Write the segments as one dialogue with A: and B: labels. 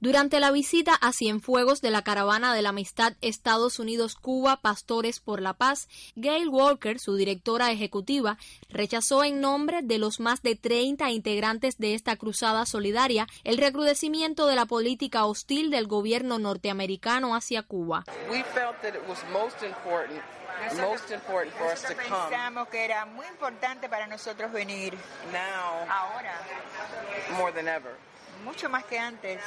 A: Durante la visita a Cienfuegos de la Caravana de la Amistad Estados Unidos-Cuba Pastores por la Paz, Gail Walker, su directora ejecutiva, rechazó en nombre de los más de 30 integrantes de esta cruzada solidaria el recrudecimiento de la política hostil del gobierno norteamericano hacia Cuba.
B: Nosotros pensamos que era muy importante para nosotros venir.
C: Now,
B: Ahora,
C: more than ever,
B: mucho más que antes,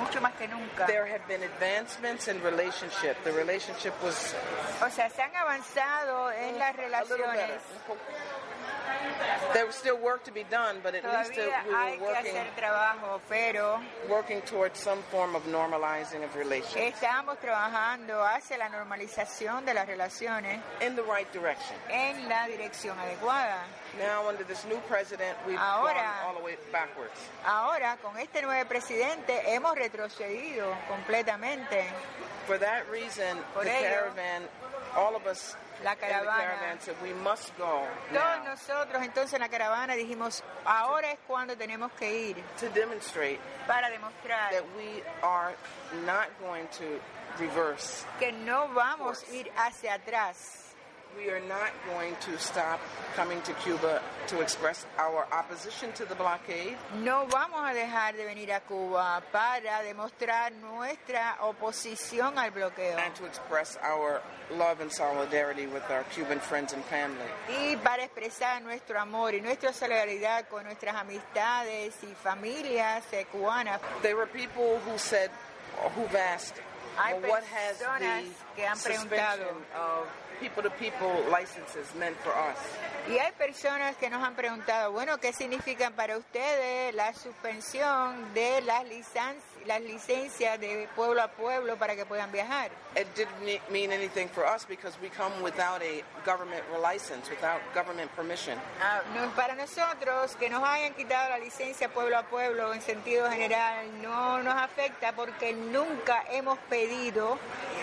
B: mucho más que nunca.
C: there have been advancements in relationship. The relationship was
B: O sea, se han avanzado en las
C: a little better.
B: relaciones.
C: There was still work to be done, but at least it,
B: Todavía
C: we
B: hay
C: were
B: que
C: working,
B: hacer trabajo, pero
C: working towards some form of normalizing of relations
B: estamos trabajando hacia la normalización de las relaciones
C: in the right direction.
B: en la dirección adecuada.
C: Now, under this new president, we've gone
B: Ahora-
C: all the way backwards.
B: Ahora, con este nuevo presidente, hemos retrocedido completamente.
C: For that reason,
B: Por
C: the
B: ello,
C: caravan, all of us
B: la
C: in the
B: caravana-
C: caravan said, we must go
B: Todos
C: now
B: nosotros entonces en la caravana dijimos, ahora es cuando tenemos que ir
C: to demonstrate
B: para demostrar
C: that we are not going to reverse.
B: que no vamos a ir hacia atrás.
C: We are not going to stop coming to Cuba to express our opposition to the blockade.
B: No vamos a dejar de venir a Cuba para demostrar nuestra oposición al bloqueo
C: and to express our love and solidarity with our Cuban friends and family.
B: y para expresar nuestro amor y nuestra solidaridad con nuestras amistades y familias eh, cubanas.
C: There were people who said, who've asked,
B: Hay
C: well, what has
B: personas que
C: the
B: han
C: suspension
B: preguntado.
C: of people-to-people licenses meant for us?
B: Y hay personas que nos han preguntado, bueno, ¿qué significan para ustedes la suspensión de las, lisan- las licencias de pueblo a pueblo para que puedan viajar?
C: It didn't me- mean anything for us because we come without a government license, without government permission.
B: Ah, no, para nosotros, que nos hayan quitado la licencia pueblo a pueblo en sentido general, no nos afecta porque nunca hemos pedido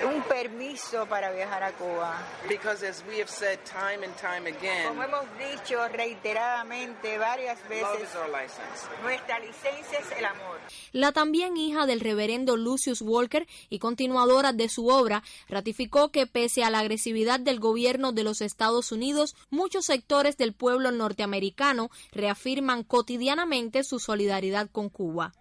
B: un permiso para viajar a Cuba.
C: Because as we have said time and time again,
B: Como hemos dicho reiteradamente varias
C: love
B: veces,
C: is our license.
B: nuestra licencia es el amor.
A: La también hija del reverendo Lucius Walker y continuadora de su obra, ratificó que pese a la agresividad del gobierno de los Estados Unidos, muchos sectores del pueblo norteamericano reafirman cotidianamente su solidaridad con Cuba.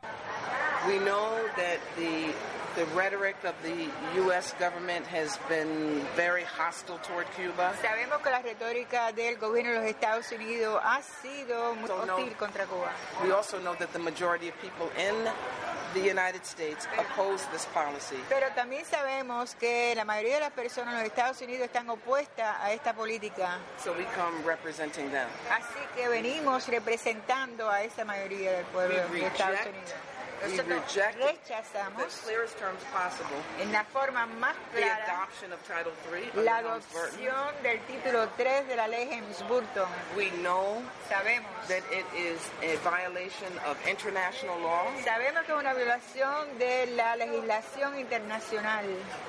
C: We know that the the rhetoric of the U.S. government has been very hostile toward Cuba.
B: Sabemos que la retórica del gobierno de los Estados Unidos ha sido muy
C: No, no.
B: hostil contra Cuba.
C: We also know that the majority of people in the United States oppose this policy.
B: Pero también sabemos que la mayoría de las personas en los Estados Unidos están opuestas a esta política.
C: So we come representing them.
B: Así que venimos representando a esa mayoría del pueblo
C: We
B: de Estados
C: reject-
B: Unidos.
C: we
B: Nosotros
C: reject- The
B: rechazamos
C: clearest terms possible,
B: en la forma más
C: the
B: clara
C: adoption of Title III
B: la
C: under Helms-Burton.
B: adopción del título 3 de la ley James-Burton.
C: We know
B: Sabemos.
C: that it is a violation of international law.
B: Sabemos que es una violación de la legislación internacional.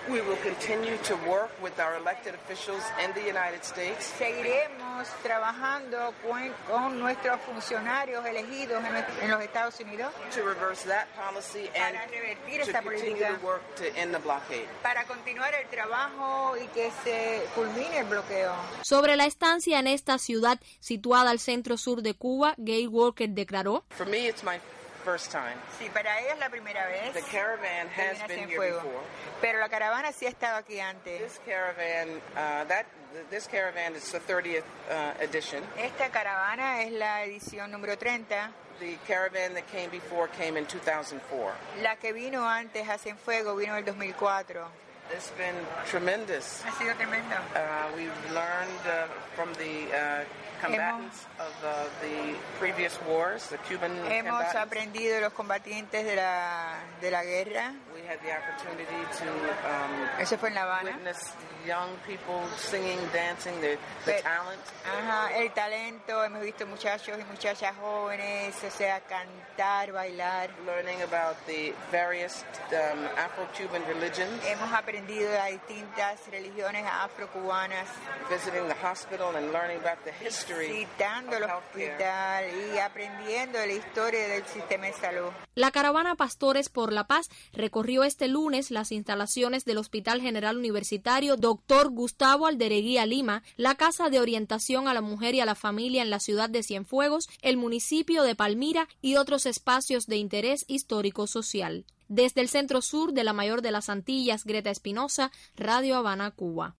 C: We will continue to work with our elected officials in the United States
B: Seguiremos trabajando con, con nuestros funcionarios elegidos en, nuestro- en los Estados Unidos
C: to reverse that policy and
B: Para revertir
C: to
B: esa
C: continue
B: política.
C: to work to end the blockade.
B: para continuar el trabajo y que se culmine el bloqueo.
A: Sobre la estancia en esta ciudad situada al centro sur de Cuba, Gail Walker declaró
C: For me, it's my first time.
B: Sí, para ella es la primera vez
C: The
B: que
C: caravan has
B: viene a
C: been here before.
B: Cienfuegos, pero la caravana sí ha estado aquí antes.
C: This caravan, uh, that this caravan is the 30th uh, edition.
B: Esta caravana es la edición número 30,
C: The caravan that came before came in 2004.
B: la que vino antes a Cienfuego vino en el 2004.
C: It's been tremendous.
B: Ha sido tremendo.
C: Uh, we've learned uh, from the uh, combatants of uh, the previous wars, the Cuban
B: Hemos
C: combatants.
B: aprendido de los combatientes de la, de la guerra.
C: We had the opportunity to um,
B: Eso fue en La Habana.
C: witness young people singing, dancing, the, the
B: But- uh-huh.
C: talent.
B: Ajá, el talento, hemos visto muchachos y muchachas jóvenes, o sea, cantar, bailar.
C: Learning about the various um, Afro-Cuban religions,
B: Hemos aprendido de las distintas religiones afrocubanas,
C: visiting the hospital and learning about the history
B: visitando
C: of
B: el
C: healthcare.
B: hospital y aprendiendo de la historia del sistema de salud.
A: La caravana Pastores por la Paz recorrió este lunes las instalaciones del Hospital General Universitario Dr. Gustavo Aldereguía Lima, la Casa de Orientación a la Mujer y a la Familia en la ciudad de Cienfuegos, el municipio de Palmira y otros espacios de interés histórico-social. Desde el centro sur de la mayor de las Antillas, Greta Espinosa, Radio Habana, Cuba.